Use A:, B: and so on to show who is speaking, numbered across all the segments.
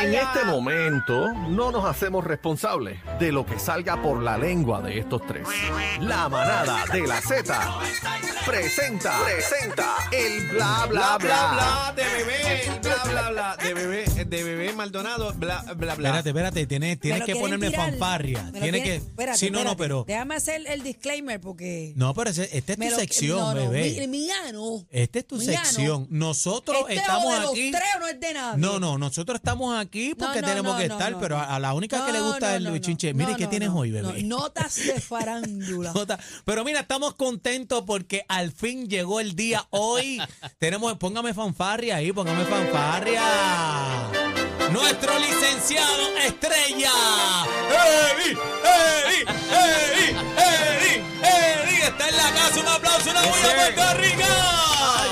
A: En este momento no nos hacemos responsables de lo que salga por la lengua de estos tres. La manada de la Z presenta, presenta el bla bla bla bla.
B: de bebé, bla bla bla, de bebé, de bebé Maldonado, bla bla bla.
C: Espérate, espérate, tienes, tienes
D: Pero
C: que
D: quieren
C: ponerme
D: tirar-
C: fanfarria.
D: pero
C: Tienes que.
D: quieren- espérate,
C: sí, no, no,
D: espérate.
C: pero.
D: Déjame hacer el disclaimer porque.
C: No, pero ese- esta es tu
D: me lo-
C: sección,
D: no, no,
C: bebé.
D: mi- mía no.
C: esta es tu
D: mía no.
C: sección. Nosotros
D: Este es
C: estamos
D: o de los
C: aquí.
D: tres o no es de nadie.
C: No, no, nosotros estamos aquí
D: No,
C: porque
D: no,
C: tenemos
D: no,
C: que
D: no,
C: estar,
D: no,
C: pero a a la única que le
D: No,
C: gusta
D: no,
C: el
D: no, no.
C: bichinche. Mire,
D: No,
C: ¿qué
D: no,
C: tienes
D: no.
C: hoy, bebé?
D: No, notas de farándula.
C: Nota. Pero mira, estamos contentos porque al fin llegó el día hoy. Tenemos, póngame fanfarria ahí, póngame fanfarria. Nuestro licenciado estrella, Eri, Eri, Eri, Eri, Eri, está en la casa. Un aplauso, una
B: Yes,
C: bulla
B: sir.
C: Puerto Rico.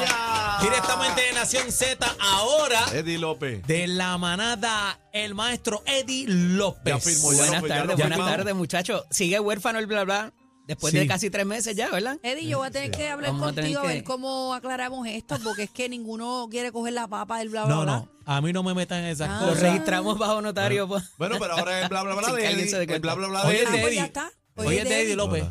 B: ya.
C: Directamente de Nación Z, ahora
B: Eddie López.
C: de la manada, el maestro Eddie López.
B: Ya firmó, Pues ya
E: Buenas
B: no, ya
E: tardes,
B: no
E: buenas
B: firmamos.
E: tardes, muchachos. Sigue huérfano el bla bla. Después
C: Sí.
E: de casi tres meses ya, ¿verdad?
D: Eddie, yo voy a tener que hablar
E: Vamos a tener
D: contigo a,
E: que-
D: ver cómo aclaramos esto porque es que ninguno quiere coger la papa del bla bla
C: No,
D: bla.
C: no, a mí no me metan en esas
D: Ah.
E: Lo
C: cosas.
E: registramos bajo notario. pues. po.
B: Bueno, pero ahora es bla bla bla
E: Sin que
B: de
E: alguien
B: Eddie,
E: se dé
B: el bla
E: cuenta.
B: bla bla
C: Oye,
B: de
D: Ah,
C: de
B: Eddie.
D: pues
C: Eddie.
D: ya está.
C: Hoy es de Eddie López.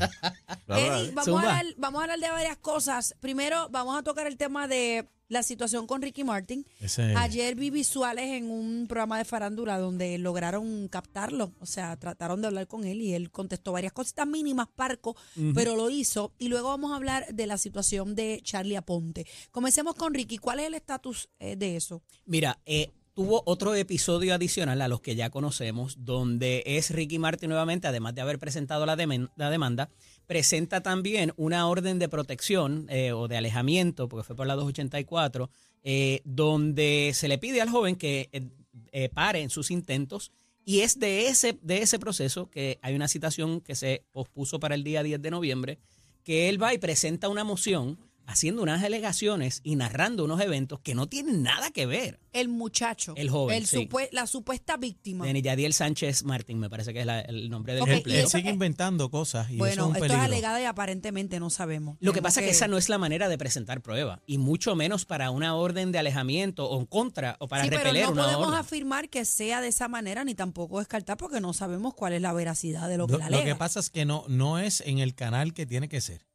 D: Eddie, vamos a,
E: Zumba.
D: hablar, vamos a hablar de varias cosas. Primero, vamos a tocar el tema de la situación con Ricky Martin.
C: Ese-
D: Ayer vi visuales en un programa de farándula donde lograron captarlo, o sea, trataron de hablar con él y él contestó varias cositas mínimas, parco, pero lo hizo. Y luego vamos a hablar de la situación de Charlie Aponte. Comencemos con Ricky. ¿Cuál es el estatus eh, de eso?
E: Mira, eh, tuvo otro episodio adicional a los que ya conocemos, donde es Ricky Martin nuevamente, además de haber presentado la, demen- la demanda, presenta también una orden de protección eh, o de alejamiento, porque fue por la 284, eh, donde se le pide al joven que eh, eh, pare en sus intentos. Y es de ese, de ese proceso que hay una citación que se pospuso para el día 10 de noviembre, que él va y presenta una moción haciendo unas alegaciones y narrando unos eventos que no tienen nada que ver.
D: El muchacho.
E: El joven, sí.
D: supue- la supuesta víctima.
E: De Yadiel Sánchez Martín, me parece que es la- el nombre del
D: Ok,
C: Él,
D: y
C: él
E: empleo.
D: eso-
C: sigue inventando cosas y eso es
D: bueno,
C: un
D: esto
C: peligro.
D: es alegada y aparentemente no sabemos.
E: Lo
D: Tenemos
E: que pasa es que esa no es la manera de presentar prueba, y mucho menos para una orden de alejamiento o en contra o para
D: sí, pero
E: repeler
D: no
E: una
D: podemos
E: orden.
D: afirmar que sea de esa manera ni tampoco descartar porque no sabemos cuál es la veracidad de lo que
C: Lo,
D: la
C: lo
D: alega.
C: que pasa es que no, no es en el canal que tiene que ser.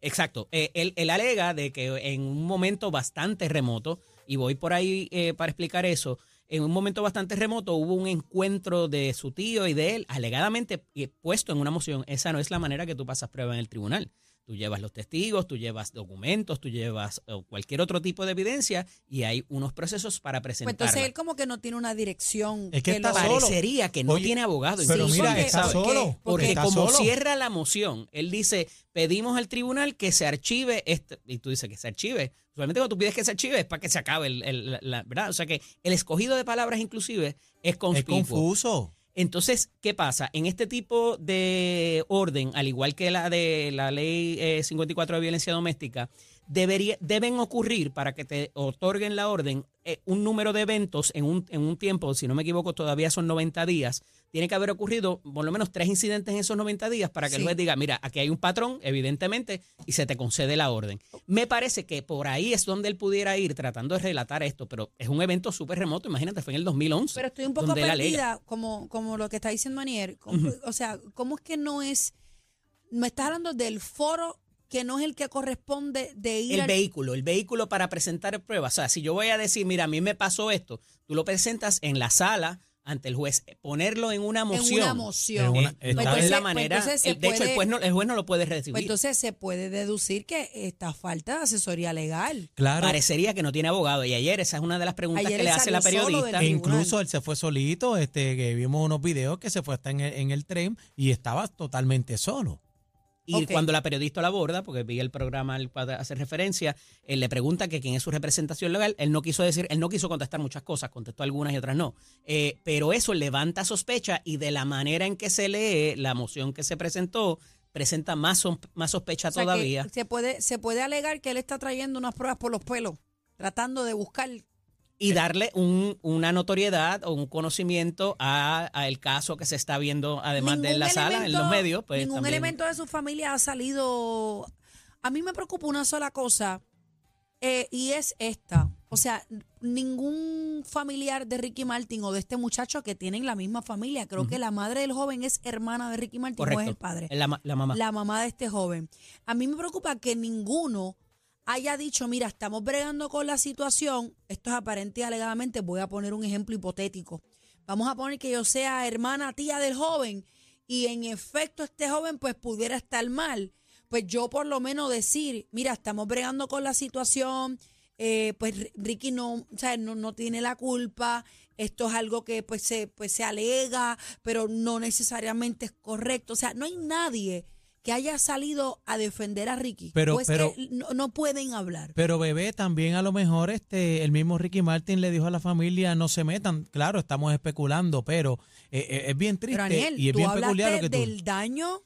E: Exacto. Eh, él, él alega de que en un momento bastante remoto, y voy por ahí eh, para explicar eso, en un momento bastante remoto hubo un encuentro de su tío y de él, alegadamente eh, puesto en una moción. Esa no es la manera que tú pasas prueba en el tribunal. Tú llevas los testigos, tú llevas documentos, tú llevas eh, cualquier otro tipo de evidencia y hay unos procesos para
D: Pues
E: presentarla.
D: entonces él como que no tiene una dirección.
C: Es que está
D: lo-
C: solo.
E: Parecería que no
C: Oye,
E: tiene abogado.
C: Pero
E: incluso,
C: mira,
E: ¿sabes?
C: está solo.
E: Porque
C: Está
E: como
C: solo.
E: cierra la moción, él dice, pedimos al tribunal que se archive, este, y tú dices que se archive. Solamente cuando tú pides que se archive es para que se acabe, el, el- la, la- ¿verdad? O sea que el escogido de palabras inclusive es
C: Es
E: conspicuo.
C: confuso.
E: Entonces, ¿qué pasa? En este tipo de orden, al igual que la de la ley eh, 54 de violencia doméstica, debería, deben ocurrir para que te otorguen la orden eh, un número de eventos en un, en un tiempo, si no me equivoco, todavía son 90 días. Tiene que haber ocurrido por lo menos tres incidentes en esos 90 días para que el
D: Sí.
E: juez diga, mira, aquí hay un patrón, evidentemente, y se te concede la orden. Me parece que por ahí es donde él pudiera ir tratando de relatar esto, pero es un evento súper remoto, imagínate, fue en el 2011.
D: Pero estoy un poco
E: donde él alega.
D: perdida, como, como lo que está diciendo Anier. Como- O sea, ¿cómo es que no es? Me estás hablando del foro que no es el que corresponde de ir
E: El
D: al-
E: vehículo, el vehículo para presentar pruebas. O sea, si yo voy a decir, mira, a mí me pasó esto, tú lo presentas en la sala ante el juez, eh, ponerlo en una
D: en
E: moción.
D: una moción.
C: En una-
D: Pues
C: está
E: no
C: Entonces,
E: es la
D: pues
E: manera.
D: entonces se
E: el- de hecho,
D: puede-
E: el juez, no, el juez no lo puede
D: pues
E: recibir.
D: entonces se puede deducir que esta falta de asesoría legal.
C: Claro.
E: Parecería que no tiene abogado. Y ayer, esa es una de las preguntas
D: Ayer
E: que le
D: él
E: hace la
D: salió solo
E: periodista.
C: E
D: del
C: incluso
D: tribunal.
C: él se fue solito, este, que vimos unos videos que se fue hasta en el, en el tren y estaba totalmente solo.
E: Y
D: Ok.
E: cuando la periodista lo aborda, porque vi el programa al cual hace referencia, él le pregunta que quién es su representación legal. Él no quiso decir, él no quiso contestar muchas cosas, contestó algunas y otras no. Eh, pero eso levanta sospecha y de la manera en que se lee la moción que se presentó, presenta más, som- más sospecha
D: O sea, que
E: todavía.
D: se puede, se puede alegar que él está trayendo unas pruebas por los pelos, tratando de buscar
E: y darle un- una notoriedad o un conocimiento al a el caso que se está viendo, además de en la
D: Ningún
E: sala, en los
D: elemento-
E: medios. Pues,
D: ningún
E: también.
D: elemento de su familia ha salido. A mí me preocupa una sola cosa eh, y es esta. O sea, ningún familiar de Ricky Martin o de este muchacho que tienen la misma familia. Creo que la madre del joven es hermana de Ricky Martin
E: Correcto.
D: o es el padre.
E: La, ma- la mamá.
D: La mamá de este joven. A mí me preocupa que ninguno haya dicho, mira, estamos bregando con la situación. Esto es aparente y alegadamente. Voy a poner un ejemplo hipotético. Vamos a poner que yo sea hermana, tía del joven y en efecto este joven pues pudiera estar mal. Pues yo por lo menos decir, mira, estamos bregando con la situación. eh, pues R- Ricky no, o sea, no, no tiene la culpa, esto es algo que pues se, pues se alega, pero no necesariamente es correcto. O sea, no hay nadie que haya salido a defender a Ricky.
C: Pero-
D: pues
C: pero-
D: que no, no pueden hablar.
C: Pero bebé, también a lo mejor este, el mismo Ricky Martin le dijo a la familia no se metan. Claro, estamos especulando, pero eh, eh, es bien triste
D: Pero Daniel,
C: y es
D: tú
C: bien
D: hablaste
C: peculiar lo que tú.
D: del daño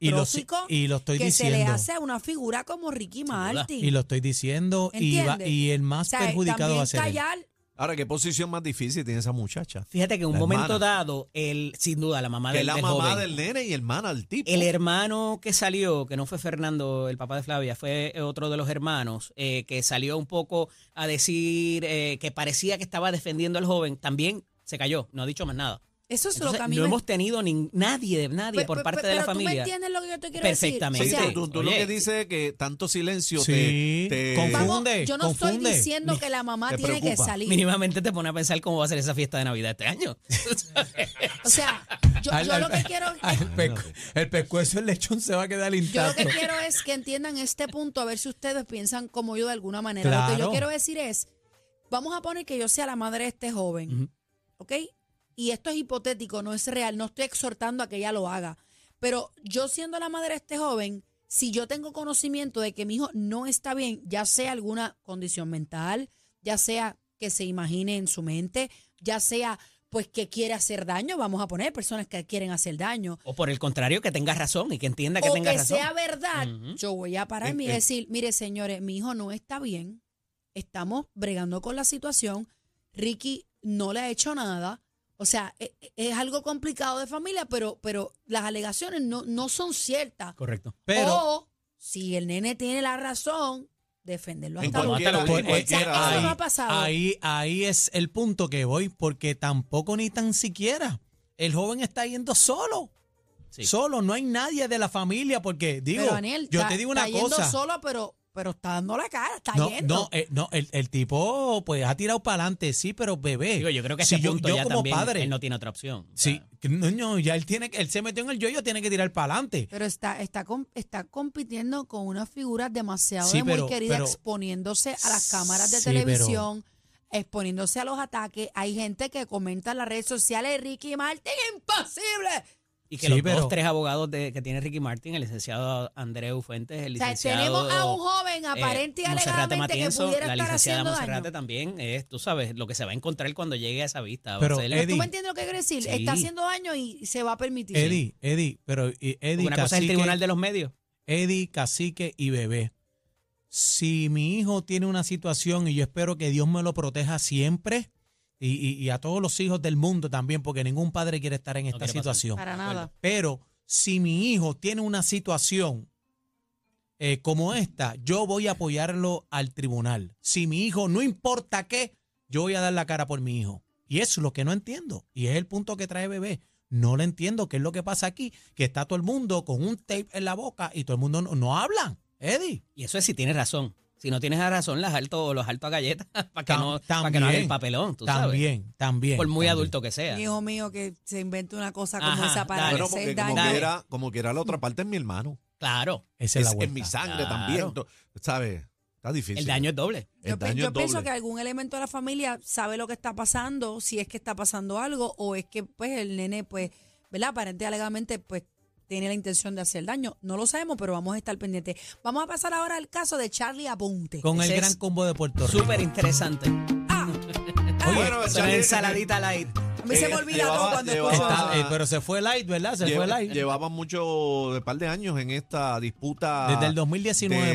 C: y lo,
D: catastrófico
C: y lo estoy
D: que
C: diciendo.
D: se le hace a una figura como Ricky Martin.
C: y lo estoy diciendo y, va-
D: ¿Entiendes?
C: y el más
D: O sea,
C: perjudicado va a
D: también
C: ser él.
D: callar
B: Ahora, ¿qué posición más difícil tiene esa muchacha?
E: Fíjate que en un
B: La
E: momento
B: hermana.
E: dado, el, sin duda, la mamá
B: que es
E: del,
B: la
E: del
B: mamá
E: joven.
B: del nene y hermana del tipo.
E: El hermano que salió, que no fue Fernando, el papá de Flavia, fue eh, otro de los hermanos, eh, que salió un poco a decir eh, que parecía que estaba defendiendo al joven, también se cayó, no ha dicho más nada.
D: Eso es lo
E: Entonces,
D: que a mí
E: no
D: me-
E: hemos tenido ni, nadie, de nadie
D: Pe-
E: por
D: pe-
E: parte
D: pe-
E: de la
D: pero tú me
E: familia.
D: entiendes lo que yo te quiero
E: Perfectamente.
B: Sí,
D: decir. O sea,
B: tú, tú lo
E: Oye.
B: que dices es que tanto silencio
C: Sí,
B: te, te-
C: confunde.
D: vamos, yo no
C: confunde.
D: estoy diciendo que la mamá
B: te
D: tiene que
B: preocupa.
D: salir.
E: Mínimamente te pone a pensar cómo va a ser esa fiesta de Navidad este año.
D: O sea, yo,
C: Al-
D: yo
C: al-
D: lo que quiero
C: al pescu- el pescuezo el lechón se va a quedar
D: yo lo
C: intacto.
D: que quiero es que entiendan este punto a ver si ustedes piensan como yo de alguna manera. Lo que yo
C: Claro.
D: quiero decir es, vamos a poner que yo sea la madre de este joven,
E: Ujú.
D: ¿ok? Y esto es hipotético, no es real, no estoy exhortando a que ella lo haga, pero yo siendo la madre de este joven, si yo tengo conocimiento de que mi hijo no está bien, ya sea alguna condición mental, ya sea que se imagine en su mente, ya sea pues que quiere hacer daño, vamos a poner personas que quieren hacer daño,
E: o por el contrario, que tengas razón y que entienda que
D: o
E: tengas
D: que
E: razón.
D: sea verdad,
E: Ujú.
D: yo voy a
C: Eh,
B: En-
D: pararme y
B: en-
D: decir, mire señores, mi hijo no está bien, estamos bregando con la situación, Ricky no le ha hecho nada, o sea, e- e- es, algo complicado de familia, pero, pero las alegaciones no, no son ciertas.
E: Correcto.
C: Pero
D: o si el nene tiene la razón, defenderlo
B: En
D: hasta lo
B: cualquiera,
D: último.
B: en
D: O sea,
B: cualquiera.
D: eso
B: Ahí,
D: no ha pasado.
C: ahí, ahí es el punto que voy, porque tampoco ni tan siquiera el joven está yendo solo.
E: Sí.
C: Solo, no hay nadie de la familia, porque digo,
D: pero Daniel,
C: yo
D: está-
C: te digo una
D: está yendo
C: cosa.
D: solo, pero, pero está dando la cara, está
C: no,
D: yendo.
C: no, eh, no, el, el tipo pues ha tirado para adelante, sí, pero bebé.
E: Digo, yo creo que a
C: si
E: ese
C: yo,
E: punto
C: yo
E: ya
C: como
E: también
C: padre,
E: él no Ah. tiene otra opción. O sea,
C: sí, que no, no, ya él tiene que- él se metió en el yoyo, tiene que tirar para adelante.
D: Pero está, está, com- está compitiendo con una figura demasiado
C: Sí,
D: de
C: pero-
D: muy querida,
C: pero-
D: exponiéndose a las cámaras de
C: Sí, pero-
D: televisión, exponiéndose a los ataques. Hay gente que comenta en las redes sociales, Ricky Martin, imposible.
E: Y que
C: Sí,
E: los
C: pero-
E: dos, tres abogados de- que tiene Ricky Martin, el licenciado Andreu Fuentes, el
D: O sea,
E: licenciado...
D: tenemos a un joven aparente y
E: eh, Monserrate
D: alegadamente que
E: Matienzo,
D: pudiera
E: la
D: estar
E: licenciada
D: haciendo
E: Monserrate
D: daño.
E: también es, tú sabes, lo que se va a encontrar cuando llegue a esa vista. va a
C: Pero,
E: ser-
C: Eddie,
D: ¿Tú me entiendes lo que quiero decir?
E: Sí.
D: Está haciendo daño y se va a permitir.
C: Eddie, Eddie, pero y Eddie,
E: porque una cosa es el
C: cacique,
E: tribunal de los medios.
C: Eddie, Cacique y Bebé. Si mi hijo tiene una situación y yo espero que Dios me lo proteja siempre y, y- y a todos los hijos del mundo también, porque ningún padre quiere estar en esta
E: quiere pasar.
C: situación.
D: Para
E: De acuerdo.
D: nada.
C: Pero si mi hijo tiene una situación eh, como esta, yo voy a apoyarlo al tribunal. Si mi hijo, no importa qué, yo voy a dar la cara por mi hijo. Y eso es lo que no entiendo. Y es el punto que trae bebé. No lo entiendo. ¿Qué es lo que pasa aquí? Que está todo el mundo con un tape en la boca y todo el mundo no, no habla. Eddie.
E: Y eso es si tienes razón. Si no tienes razón, las alto, los alto a galletas para que,
C: Tam-
E: no, para que no hagas
C: también,
E: el papelón, tú sabes.
C: también, también.
E: Por muy
C: también.
E: adulto que sea.
D: Hijo mío, que se inventa una cosa como
E: Ajá,
D: esa para
E: dale.
B: Bueno,
E: Pero
D: hacer
B: porque como
D: daño.
B: quiera, como quiera la otra parte es mi hermano.
E: Claro,
C: Esa es
B: Es,
C: la
B: en mi
C: vuelta.
B: sangre
E: Claro.
B: también. to- ¿Sabes? Está difícil.
E: el daño es doble.
B: El
D: Yo, pe-
B: daño
D: yo
B: es
D: pienso
B: doble.
D: que algún elemento de la familia sabe lo que está pasando, si es que está pasando algo, o es que pues el nene, pues, ¿verdad? Aparente y alegadamente, pues, tiene la intención de hacer daño. No lo sabemos, pero vamos a estar pendientes. Vamos a pasar ahora al caso de Charlie Aponte.
C: Con
E: Ese
C: el
E: es
C: gran combo de Puerto Rico.
E: Súper interesante.
D: Ah,
B: Bueno,
E: Eso es
B: Charlie-
E: ensaladita light.
D: a mí se me
B: Eh,
D: olvida
B: llevaba-
D: todo cuando
B: llevaba-
D: escucho.
C: Está- eh, pero se fue light, ¿verdad? Se fue
B: Lleva-
C: light.
B: Llevaban mucho de par de años en esta disputa.
C: Desde el 2019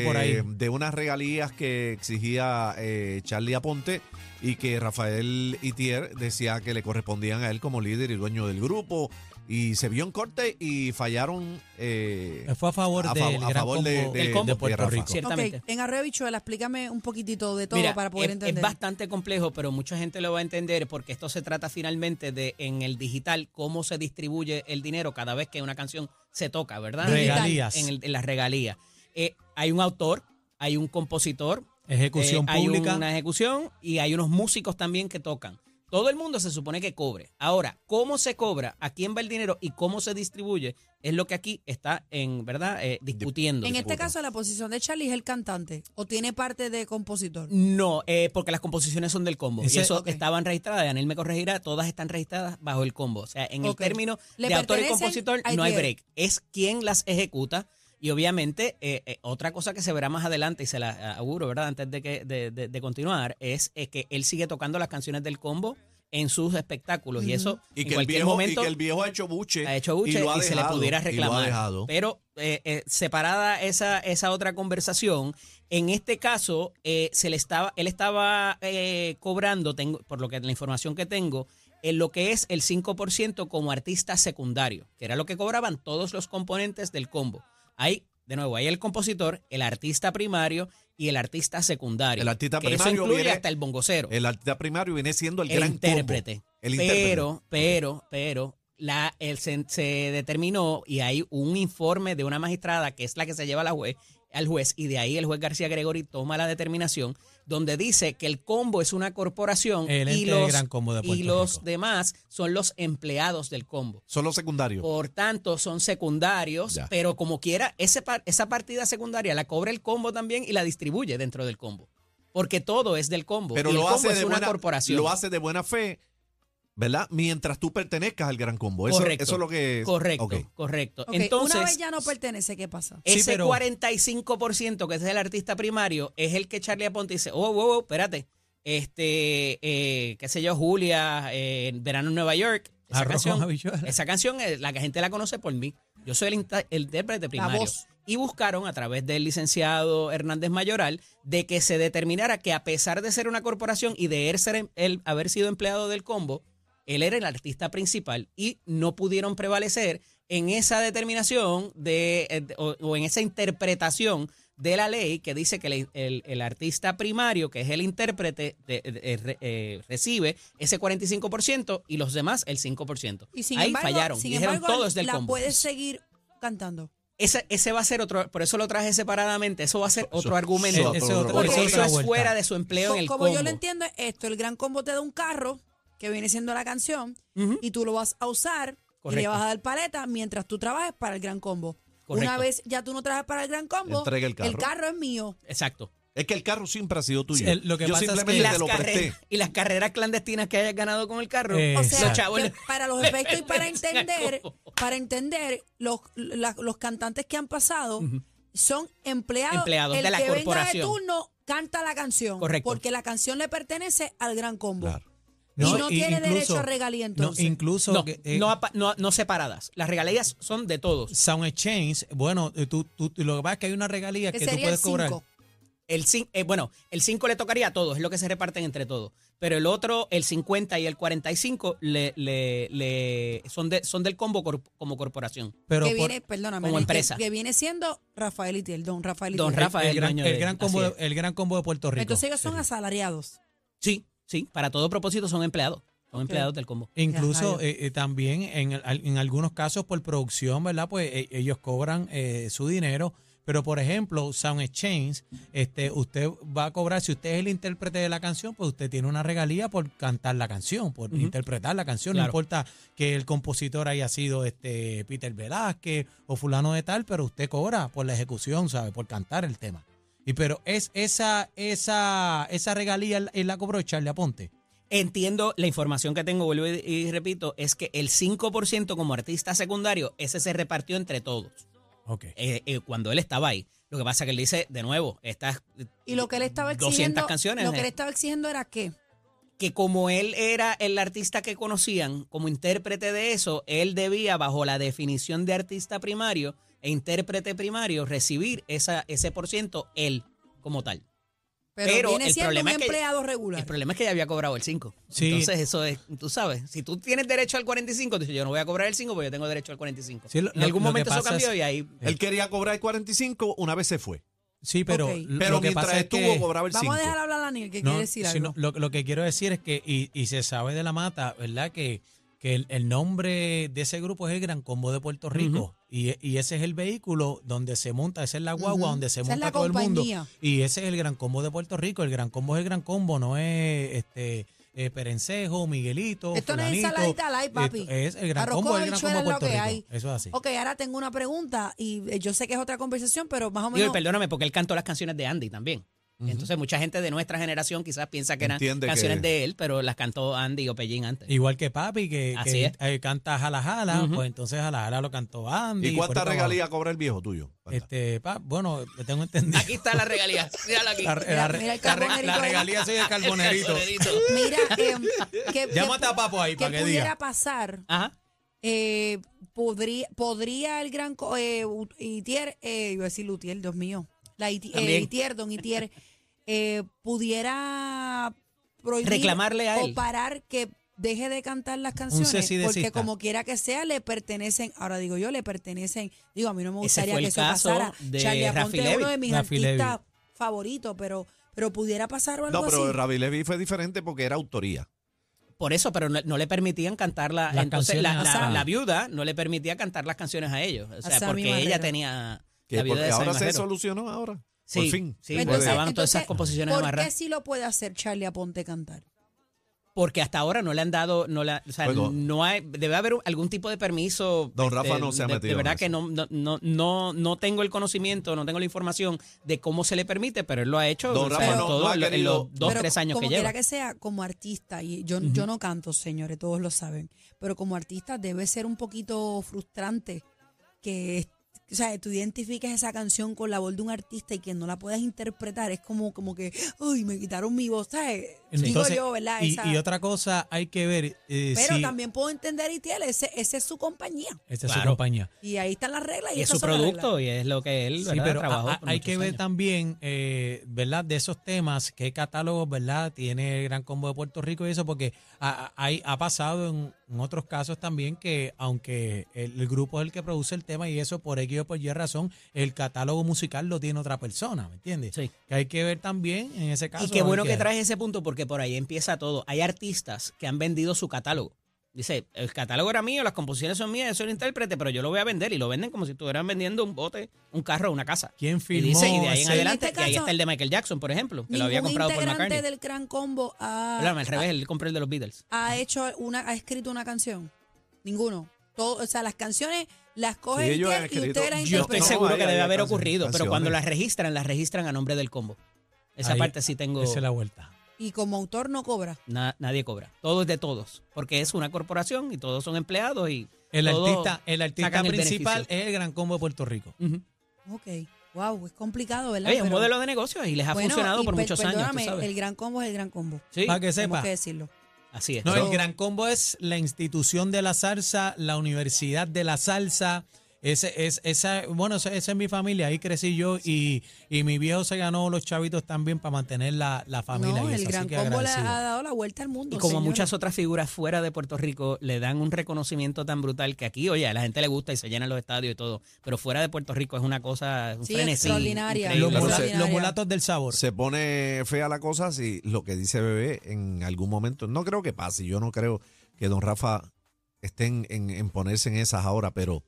B: de,
C: por ahí.
B: de unas regalías que exigía eh, Charlie Aponte y que Rafael Itier decía que le correspondían a él como líder y dueño del grupo. Y se vio en corte y fallaron eh,
C: Fue a favor
B: a,
C: del
B: fa- a
C: gran
B: favor de,
C: combo
B: de-
E: del combo
B: de
C: Puerto
B: Rafa.
C: Rico.
E: Ciertamente.
D: Ok, en Arreo Bichuela, explícame un poquitito de todo
E: Mira,
D: para poder
E: es, es
D: entender.
E: bastante complejo, pero mucha gente lo va a entender porque esto se trata finalmente de en el digital cómo se distribuye el dinero cada vez que una canción se toca, ¿verdad?
C: Regalías.
E: En, el- en las regalías. Eh, hay un autor, hay un compositor,
C: Ejecución
E: eh,
C: pública.
E: Hay una ejecución y hay unos músicos también que tocan. Todo el mundo se supone que cobre. Ahora, cómo se cobra, a quién va el dinero y cómo se distribuye es lo que aquí está en verdad Eh, discutiendo.
D: en este
E: Discuten.
D: caso, la posición de Charlie es el cantante o tiene parte de compositor.
E: No, eh, porque las composiciones son del combo.
C: Ese-
E: y eso
D: Ok.
E: estaban registradas, Daniel me corregirá, todas están registradas bajo el combo. O sea, en
D: Ok.
E: el término
D: Le
E: de autor y
D: pertenecen
E: compositor
D: a
E: no hay
D: Itier.
E: break. Es quien las ejecuta. Y obviamente, eh, eh, otra cosa que se verá más adelante, y se la auguro, ¿verdad? Antes de, que, de, de- de continuar, es eh, que él sigue tocando las canciones del combo en sus espectáculos. Y eso,
B: Y
E: en
B: que, el
E: cualquier
B: viejo,
E: momento,
B: y que el viejo ha hecho buche.
E: ha hecho buche y,
B: lo ha
E: se le
B: dejado,
E: pudiera
B: y lo ha
E: reclamar.
B: dejado.
E: Pero eh, eh, separada esa, esa otra conversación, en este caso, eh, se le estaba, él estaba eh, cobrando, tengo, por lo que la información que tengo, en lo que es el 5% como artista secundario, que era lo que cobraban todos los componentes del combo. Hay, de nuevo, hay el compositor, el artista primario y el artista secundario.
B: El artista
E: que eso
B: primario
E: incluye
B: viene-
E: hasta el bongocero
B: El artista primario viene siendo el,
E: el,
B: gran combo.
E: intérprete.
B: El intérprete.
E: pero, pero, pero, la, el, se, se determinó y hay un informe de una magistrada que es la que se lleva a la juez, al juez y de ahí el juez García Gregory toma la determinación donde dice que el combo es una corporación
C: El
E: y
C: ente
E: los,
C: del Gran Combo de
E: y
C: Puerto
E: los
C: Rico.
E: demás son los empleados del combo.
B: Solo secundario.
E: Por tanto, son secundarios,
B: Ya.
E: pero como quiera, ese par- esa partida secundaria la cobra el combo también y la distribuye dentro del combo. Porque todo es del combo.
B: pero
E: y el
B: lo
E: combo
B: hace,
E: es
B: de
E: una
B: buena,
E: corporación.
B: lo hace de buena fe, ¿verdad? Mientras tú pertenezcas al gran combo. Eso,
E: Correcto.
B: eso es lo que.
E: Correcto,
B: Ok.
E: correcto.
D: Ok,
E: Entonces,
D: una vez ya no pertenece, ¿qué pasa?
E: ese
C: Sí, pero-
E: 45% que es el artista primario es el que Charlie Aponte dice, oh, wow, wow, espérate, este, eh, qué sé yo, Julia, eh, Verano en Nueva York, esa
C: Arroz con
E: canción,
C: habichuela.
E: esa canción es la que la gente la conoce por mí. Yo soy el, inta- el intérprete primario.
D: voz.
E: Y buscaron a través del licenciado Hernández Mayoral de que se determinara que a pesar de ser una corporación y de él, ser em- él haber sido empleado del combo, él era el artista principal y no pudieron prevalecer en esa determinación de, eh, de- o, o en esa interpretación de la ley que dice que el, el- el artista primario, que es el intérprete, de- de- eh, re- eh, recibe ese 45% y los demás el 5%.
D: Y sin
E: Ahí
D: embargo,
E: fallaron,
D: sin
E: dijeron
D: embargo,
E: todo es del
D: la
E: combo.
D: puedes seguir cantando.
E: Ese, ese va a ser otro, por eso lo traje separadamente, eso va a ser otro
B: Eso- eso-
E: argumento.
C: Ese otro-
E: porque
D: eso es
E: eso
C: otra
E: es
C: vuelta.
E: fuera de su empleo en
D: Co-
E: el
D: como yo
E: combo.
D: lo entiendo es esto, el gran combo te da un carro que viene siendo la canción
E: Ujú.
D: y tú lo vas a usar y le
E: Correcto.
D: vas a dar paleta mientras tú trabajes para el gran combo. Una
E: Correcto.
D: vez ya tú no trabajas para el gran combo,
B: Entrega el carro.
D: es mío.
E: Exacto.
B: Es que el carro siempre ha sido tuyo.
C: Sí, el- lo que
B: Yo
C: pasa es que-
B: simplemente
E: las
B: te lo presté.
E: carreras- y las carreras clandestinas que hayas ganado con el carro.
C: Eh,
D: O sea,
E: Los chavos-
D: que para los efectos y para entender, para entender los, la- los cantantes que han pasado son empleados,
E: Empleados
D: el
E: de la
D: que
E: corporación.
D: venga de turno canta la canción,
E: Correcto.
D: porque la canción le pertenece al gran combo
B: Claro.
D: y no, tiene derecho a regalía
C: No,
D: entonces.
C: incluso
E: no,
C: que, eh,
E: no apa- no- no separadas. Las regalías son de todos.
C: Sound Exchange, bueno, eh, tú, tú- lo que pasa es que hay una regalía
D: que
C: que tú
D: sería el
C: puedes cobrar.
D: 5.
E: El cin- eh, bueno, el 5 le tocaría a todos, es lo que se reparten entre todos. Pero el otro, el 50 y el 45, le, le- le- son, de, son del combo cor- como corporación.
C: Pero
D: que
C: por-
D: viene, perdóname,
E: como
D: que-
E: empresa.
D: Que, viene siendo Rafael Itiel, don Rafael
E: Don
D: Itiel.
E: Rafa es
C: el,
E: el
C: gran,
E: dueño de
C: el gran
E: él,
C: combo
E: así
C: de, el gran combo de Puerto Rico.
D: Entonces ellos son asalariados.
E: Sí, sí, para todo propósito son empleados. Son
D: Ok.
E: empleados del combo.
C: Incluso
D: Ya,
C: eh, eh, también en, el- al- en algunos casos por producción, ¿verdad? Pues eh, ellos cobran eh, su dinero. Pero por ejemplo, Sound Exchange, este, usted va a cobrar, si usted es el intérprete de la canción, pues usted tiene una regalía por cantar la canción, por
E: Ujú.
C: interpretar la canción. No
E: Claro.
C: importa que el compositor haya sido este Peter Velázquez o fulano de tal, pero usted cobra por la ejecución, ¿sabe? Por cantar el tema. Y pero es esa, esa, esa regalía es la cobró Charlie Aponte.
E: Entiendo la información que tengo, vuelvo y, y repito, es que el 5% como artista secundario, ese se repartió entre todos.
C: Ok.
E: eh, eh, cuando él estaba ahí. Lo que pasa es que él dice, de nuevo, estas
D: Y lo que él estaba
E: 200
D: exigiendo,
E: canciones,
D: lo que
E: eh.
D: él estaba exigiendo era qué?
E: que como él era el artista que conocían, como intérprete de eso, él debía, bajo la definición de artista primario e intérprete primario, recibir esa, ese por ciento él como tal.
D: Pero,
E: Pero
D: viene
E: el
D: siendo
E: problema
D: un
E: es que-
D: empleado regular.
E: El problema es que ya había cobrado el 5.
C: Sí.
E: Entonces, eso es, tú sabes, si tú tienes derecho al 45, dices, yo no voy a cobrar el 5 porque yo tengo derecho al 45.
C: Sí, lo-
E: en
C: lo-
E: algún
C: lo que
E: momento eso
C: pasa
E: cambió
C: es-
E: y ahí
B: Él quería cobrar 45, una vez se fue.
C: Sí, pero,
D: Ok.
C: lo-
B: Pero
C: lo que
B: mientras
C: pasa es
B: estuvo,
C: que-
B: cobraba el 5.
D: Vamos a dejar hablar a Daniel, que
C: No,
D: quiere decir
C: sino
D: algo.
C: Lo, lo que quiero decir es que, y, y se sabe de la mata, ¿verdad? Que, que el, el nombre de ese grupo es el Gran Combo de Puerto Rico. y, e- y ese es el vehículo donde se monta, esa es la guagua
D: Ujú.
C: donde se
D: Esa es
C: monta
D: la
C: todo el mundo.
D: compañía.
C: Y ese es el Gran Combo de Puerto Rico. El Gran Combo es el Gran Combo, no es este eh, Perencejo, Miguelito.
D: Esto no es
C: fulanito.
D: ensaladita light, papi.
C: Esto es el Gran
D: Arroz
C: Combo,
D: con
C: el Gran Combo
D: habichuela
C: de
D: es lo
C: Puerto
D: que
C: Rico.
D: hay.
C: Eso es así.
D: Ok, ahora tengo una pregunta y eh, yo sé que es otra conversación, pero más o
E: Digo,
D: menos.
E: perdóname, porque él cantó las canciones de Andy también. Entonces, mucha gente de nuestra generación quizás piensa que eran
B: Entiende
E: canciones
B: que-
E: de él, pero las cantó Andy o Pellín antes.
C: Igual que papi, que,
E: Así
C: que,
E: es.
C: eh, canta Jala Jala, pues entonces Jala Jala lo cantó Andy.
B: ¿Y cuánta
C: por ahí para abajo.
B: regalía cobra el viejo tuyo? ¿Cuánta?
C: Este, pa, bueno, yo tengo entendido.
E: Aquí está la regalía. Mírala aquí.
C: eh, La, la-
D: mira el
C: la-
D: carbonerito
C: la
D: ahí.
C: regalía soy el carbonerito.
D: Mira, em, que, que
C: Llámate
D: pu-
C: a Papo ahí
D: que
C: para que
D: pudiera
C: diga.
D: pasar.
E: Ajá.
D: eh, podría, podría el gran co- eh, U- Itier, eh, iba a decir Lutier, Dios mío. La Iti- eh,
E: También.
D: Itier, don Itier, eh, pudiera prohibir
E: Reclamarle a
D: o
E: él.
D: parar que deje de cantar las canciones
C: cese y
D: porque
C: desista.
D: como quiera que sea le pertenecen ahora digo yo le pertenecen digo a mí no me
E: Ese
D: gustaría
E: fue
D: que
E: el
D: eso
E: caso
D: pasara
E: de
D: Charlie Aponte
E: Rafi
D: es
E: Levy.
D: uno de mis
C: Rafi
D: artistas favoritos pero pero pudiera pasar o algo
B: No, pero
D: así
B: Ravi Levy fue diferente porque era autoría.
E: Por eso, pero no, no le permitían cantar la,
C: Las
E: entonces la,
C: canciones.
E: la-
C: Ah.
E: la viuda no le permitía cantar las canciones a ellos. O sea,
D: A Sammy
E: porque
D: Barrera.
E: ella tenía
B: Que
E: la viuda
B: porque
E: de Sammy
B: ahora se
E: Barrera.
B: solucionó ahora.
E: Sí,
B: Por fin.
E: sí,
B: se
E: pues,
B: puede.
E: estaban todas esas composiciones
D: ¿por
E: amarradas.
D: qué sí lo puede hacer Charlie Aponte cantar?
E: Porque hasta ahora no le han dado, no la, o sea,
B: Bueno.
E: no hay, debe haber un- algún tipo de permiso. este,
B: Don Rafa no se ha
E: de-
B: metido
E: De verdad
B: en
E: que
B: eso.
E: no, no, no, no, no tengo el conocimiento, no tengo la información de cómo se le permite, pero él lo ha hecho
B: Don
E: o sea,
B: Rafa
E: en
B: no-
E: todo
B: no ha
E: lo- en
B: querido-
E: los dos,
D: Pero
E: tres años
D: como
E: que lleva.
D: quiera que sea, como artista, y yo, yo no canto, señores, todos lo saben, pero como artista debe ser un poquito frustrante que o sea, tú identifiques esa canción con la voz de un artista y que no la puedas interpretar, es como, como que, uy, me quitaron mi voz, ¿sabes? Digo
C: Entonces,
D: yo, ¿verdad?
C: y,
D: Esa-
C: y otra cosa hay que ver eh,
D: pero
C: si
D: también puedo entender, Itiel, ese, ese es su compañía.
C: esta es su
E: Claro.
C: compañía.
D: Y ahí están las reglas. Y,
E: Y es
D: esas
E: su
D: son las
E: producto y es lo que él
C: Sí,
E: ¿verdad?
C: pero
E: trabajó.
C: a- a-
E: por
C: hay
E: muchos
C: que ver
E: años.
C: también, eh, ¿verdad? De esos temas, qué catálogos, ¿verdad? Tiene el Gran Combo de Puerto Rico y eso, porque ha, ha- hay- ha pasado en, en otros casos también que, aunque el, el grupo es el que produce el tema y eso por X o por Y razón, el catálogo musical lo tiene otra persona, ¿me entiendes?
E: Sí.
C: Que hay que ver también en ese caso.
E: Y qué bueno
C: hay
E: que traes ese punto porque por ahí empieza todo. Hay artistas que han vendido su catálogo. Dice, el catálogo era mío, las composiciones son mías, yo soy el intérprete, pero yo lo voy a vender y lo venden como si estuvieran vendiendo un bote, un carro o una casa.
C: ¿Quién
E: Y
C: firmó?
E: dice, y de ahí en
C: ese-
E: adelante,
D: este
E: y ahí
D: caso,
E: está el de Michael Jackson, por ejemplo, que lo había
D: Ningún
E: comprado por
D: integrante
E: McCartney.
D: del Gran Combo ah, ha,
E: Perdóname, al revés, él compró el de los Beatles.
D: ha hecho una, ha escrito una canción? Ninguno. Todo, o sea, las canciones las coge
B: Sí,
D: y
B: ellos han
D: usted- y ustedes
B: escrito-
D: las
E: Yo estoy
B: no,
D: interpretan.
E: seguro
B: ahí
E: que debe
B: había
E: haber
B: canciones,
E: ocurrido, pero cuando
B: canciones.
E: las registran, las registran a nombre del combo. Esa
C: Ahí-
E: parte sí tengo...
C: Esa es la vuelta.
D: Y como autor no cobra.
E: na- nadie cobra. Todo es de todos, porque es una corporación y todos son empleados y...
C: El
E: todos
C: artista, el artista
E: sacan el
C: principal
E: beneficio.
C: es el Gran Combo de Puerto Rico.
E: Ujú.
D: Ok. Wow, es complicado, ¿verdad?
E: Oye, es un
D: Pero-
E: modelo de negocios y les ha
D: Bueno,
E: funcionado
D: y
E: por
D: per-
E: muchos años. tú
D: perdóname,
E: sabes.
D: el gran combo es el gran combo.
E: Sí,
C: Para que
D: Tenemos
C: sepa.
D: que decirlo.
E: así es.
C: No,
D: Pero-
C: el Gran Combo es la institución de la salsa, la universidad de la salsa. Ese, es, esa, bueno, esa, esa es mi familia, ahí crecí yo y, y mi viejo se ganó los chavitos también para mantener la, la familia.
D: no,
C: y
D: el
C: eso, así
D: gran
C: que
D: combo le
C: agradecido.
D: ha dado la vuelta al mundo.
E: y como
D: señores.
E: muchas otras figuras fuera de Puerto Rico le dan un reconocimiento tan brutal que aquí, oye, a la gente le gusta y se llenan los estadios y todo, pero fuera de Puerto Rico es una cosa un
D: Sí,
E: frenesí
D: extraordinaria.
E: increíble.
C: Los,
B: Pero
C: mula-
B: se-
C: los mulatos del sabor.
B: Se pone fea la cosa si lo que dice Bebé en algún momento, no creo que pase, yo no creo que don Rafa esté en, en- en ponerse en esas ahora, pero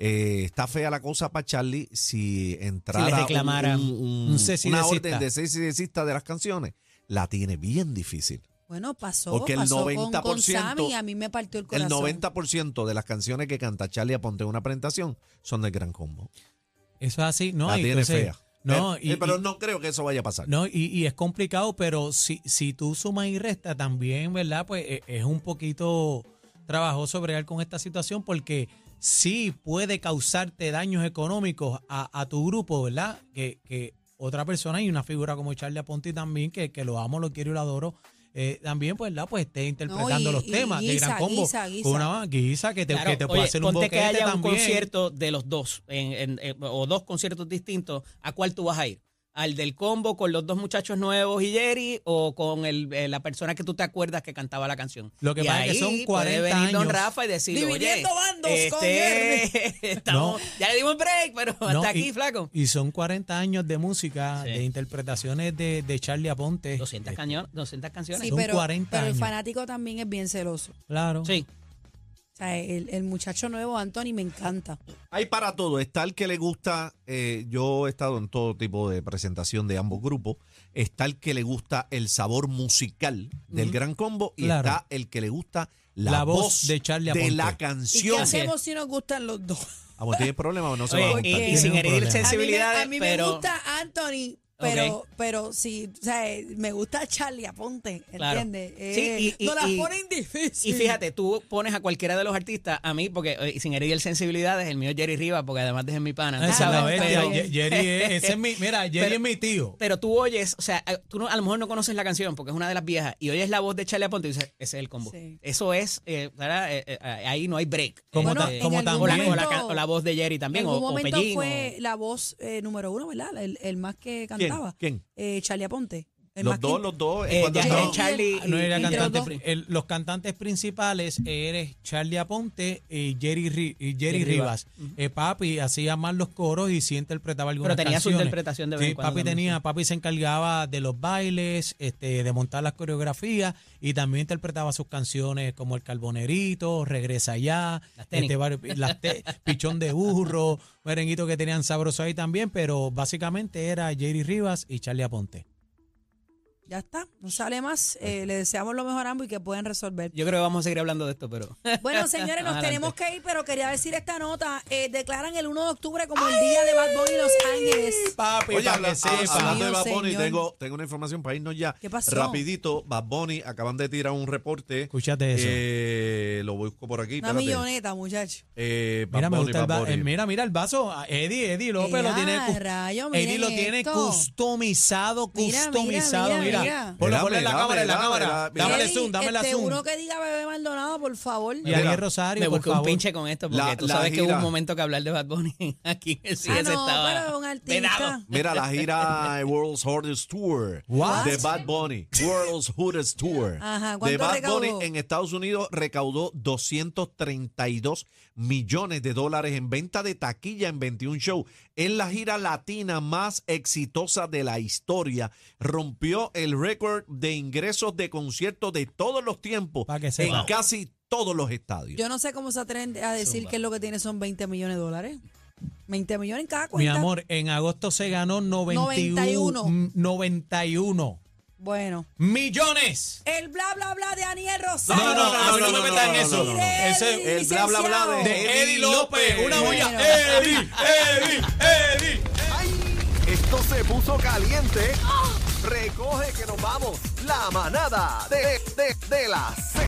B: eh, está fea la cosa para Charlie si entrara
E: Si le reclamaran
C: un cese y
B: una
C: desista.
B: orden de cese y desista de las canciones, la tiene bien difícil.
D: Bueno, pasó,
B: Porque el
D: pasó con- con,
B: 90%
D: Sammy y a mí me partió el
B: El
D: corazón.
B: 90% de las canciones que canta Charlie Aponte en una presentación son del Gran Combo.
C: Eso es así, ¿no?
B: la
C: Y
B: tiene
C: entonces-
B: fea.
C: No,
B: Eh,
C: y,
B: eh, pero
C: y-
B: no creo que eso vaya a pasar.
C: No, y, y es complicado, pero si, si tú sumas y restas también, ¿verdad? Pues e- es un poquito trabajoso bregar con esta situación porque sí puede causarte daños económicos a, a tu grupo, ¿verdad? Que, que otra persona y una figura como Charlie Aponte también, que, que lo amo, lo quiero y lo adoro. eh, también, pues, ¿verdad? Pues esté interpretando
D: y-
C: los
D: y
C: temas de
D: guisa,
C: Gran Combo.
D: guisa, guisa.
C: Con una guisa que te,
E: Claro,
C: que te puede
E: oye,
C: hacer un
E: ponte
C: boquete
E: que haya un
C: también.
E: eh, concierto de los dos en- en- en- o dos conciertos distintos, ¿a cuál tú vas a ir? al del combo con los dos muchachos nuevos y Jerry o con el- eh, la persona que tú te acuerdas que cantaba la canción.
C: Lo que
E: Y
C: pasa es que
E: ahí
C: son
E: puede
C: 40
E: venir Don
C: años.
E: Rafa y decir,
D: Dividiendo bandos
E: este,
D: con Jerry".
E: estamos- Ya le dimos break, pero hasta
C: No,
E: aquí,
C: y,
E: flaco.
C: Y son 40 años de música,
E: Sí.
C: de interpretaciones de, de Charlie Aponte.
E: 200,
C: Eh,
E: cañón, 200 canciones.
D: Sí,
C: Son
D: pero,
C: 40
D: pero el
C: años.
D: fanático también es bien celoso.
C: Claro.
E: Sí.
D: O sea, el, el muchacho nuevo, Anthony, me encanta.
B: Hay para todo. Está el que le gusta. eh, yo he estado en todo tipo de presentación de ambos grupos. Está el que le gusta el sabor musical del gran combo. Y
C: Claro.
B: está el que le gusta la,
C: La voz
B: voz,
C: de Charlie
B: de
C: Aponte.
B: la
D: ¿Y qué
B: canción.
D: hacemos si nos gustan los dos?
B: Vamos, tiene problema, no se
E: Oye,
B: va a
C: eh,
E: y,
B: juntar.
E: y sin
C: Tiene un
E: herir
C: problema.
D: A mí me-
E: sensibilidades,
D: A mí me,
E: pero
D: gusta Anthony, pero, pero sí, o sea, eh, me gusta Charlie Aponte,
E: Claro.
D: ¿entiendes?
E: Sí,
D: Eh,
E: y- y-
D: nos las
E: y-
D: ponen difícil.
E: Y fíjate, tú pones a cualquiera de los artistas, a mí, porque eh, sin herir sensibilidades, el mío es Jerry Rivas, porque además es mi pana.
C: Ah, Esa
E: ¿tú
C: es
E: sabes?
C: la bestia.
E: Pero-
C: Ye- Jerry es, ese es mi, mira, Jerry
E: Pero-
C: es mi tío.
E: Pero tú oyes, o sea, eh, tú no- a lo mejor no conoces la canción porque es una de las viejas y oyes la voz de Charlie Aponte y dices, ese es el combo.
D: Sí.
E: Eso es, eh, ¿verdad? Eh, eh, ahí no hay break.
C: Como,
D: Bueno,
C: ta-
D: en
C: como
D: algún
E: o, la,
C: también.
E: o la ca-
D: momento-
E: o la voz de Jerry también,
D: en
E: o,
D: algún
E: o
D: momento
E: Pellín,
D: fue
E: o-
D: la voz eh, número uno, ¿verdad? El, el más
B: ¿Quién?
D: que cantaba.
B: ¿Quién?
D: Eh, Charlie Aponte. El
B: Los
D: más
B: dos,
D: que-
B: los dos. es
E: Eh,
B: cuando
E: ya-
B: estaban-
D: Jerry
E: Charlie-
D: y-
C: No era
D: y
C: cantante.
D: entre los dos.
C: pri- el- los cantantes principales eres Charlie Aponte y Jerry, Ri- y Jerry
E: Jerry
C: Rivas.
E: Rivas.
C: Eh, papi hacía más los coros y sí interpretaba algunas
E: tenía su
C: canciones.
E: interpretación de vez
C: Sí,
E: en cuando
C: papi
E: también,
C: tenía,
E: sí.
C: papi se encargaba de los bailes, este, de montar las coreografías y también interpretaba sus canciones como El Carbonerito, Regresa Ya,
E: Las tenis.
C: este, varios- las te- Pichón de Burro, merenguito que tenían sabroso ahí también, pero básicamente era Jerry Rivas y Charlie Aponte.
D: Ya está, no sale más. Eh, le deseamos lo mejor a ambos y que puedan resolver.
E: Yo creo que vamos a seguir hablando de esto, pero...
D: Bueno, señores, nos
E: Adelante.
D: tenemos que ir, pero quería decir esta nota. Eh, declaran el 1 de octubre como el día de Bad Bunny Los Ángeles.
C: Papi,
B: Oye,
C: pa'
B: habla-
C: que sepa.
B: hablando de
D: Dios
B: Bad Bunny,
D: señor.
B: tengo, tengo una información para irnos ya.
D: ¿Qué pasó?
B: Rapidito, Bad Bunny, acaban de tirar un reporte.
C: Escúchate eso.
B: Eh, lo busco por aquí.
D: Una
B: espérate.
D: milloneta, muchacho.
B: Eh, Bad
C: Mira, me
B: Bunny,
C: gusta el
B: Bad
C: va-
B: Bunny.
C: eh, mira, mira el vaso. Ah, Eddie, Eddie López lo
D: Ea,
C: tiene. cus-
D: rayo, miren
C: Eddie lo tiene
D: esto.
C: customizado,
D: Mira, mira,
C: customizado. Mira,
D: mira, mira.
C: Ponlo,
B: Mira,
C: ponlo en la
B: mira,
C: cámara, en la
B: mira,
C: cámara.
B: mira,
C: Dámele
D: Eddie,
C: zoom, dámele
D: este,
C: zoom.
D: Uno que diga Bebé Maldonado, por favor.
C: Y a
B: Mira,
C: Rosario,
E: Me
C: por
E: busqué un
C: favor.
E: pinche con esto porque
B: La-
E: tú
B: la
E: sabes que hubo
B: gira.
E: un momento que hablar de Bad Bunny aquí en el CIS
D: Ah, no,
E: estaba
D: pero un artista.
E: venado.
B: Mira la gira eh, World's Hardest Tour
C: What?
B: de Bad Bunny. World's Hardest Tour
D: Ajá,
B: de
D: ¿cuánto
B: Bad
D: recaudó?
B: Bunny en Estados Unidos recaudó 232 millones de dólares en venta de taquilla en 21 shows. Es la gira latina más exitosa de la historia. Rompió el récord de ingresos de conciertos de todos los tiempos
C: Pa' que
B: en
C: sepa.
B: casi todos los estadios.
D: Yo no sé cómo se atreven a decir
E: Zumba.
D: que lo que tiene son 20 millones de dólares. 20 millones en cada
C: Mi
D: cuenta.
C: amor, en agosto se ganó 91.
D: 91.
C: 91
D: Bueno.
C: millones.
D: El bla bla bla de Aniel Rosario.
C: No, no, no, a mí no me metas en eso.
D: Y de
C: Ese-
D: Eddie,
B: el bla, bla, bla
D: licenciado.
B: de-
C: De Eddie López. Una
D: Bueno.
C: bulla. Eddie, Eddie, Eddie.
A: ¡Ay! Esto se puso caliente. Recoge que nos vamos. La manada de, de, de la Z.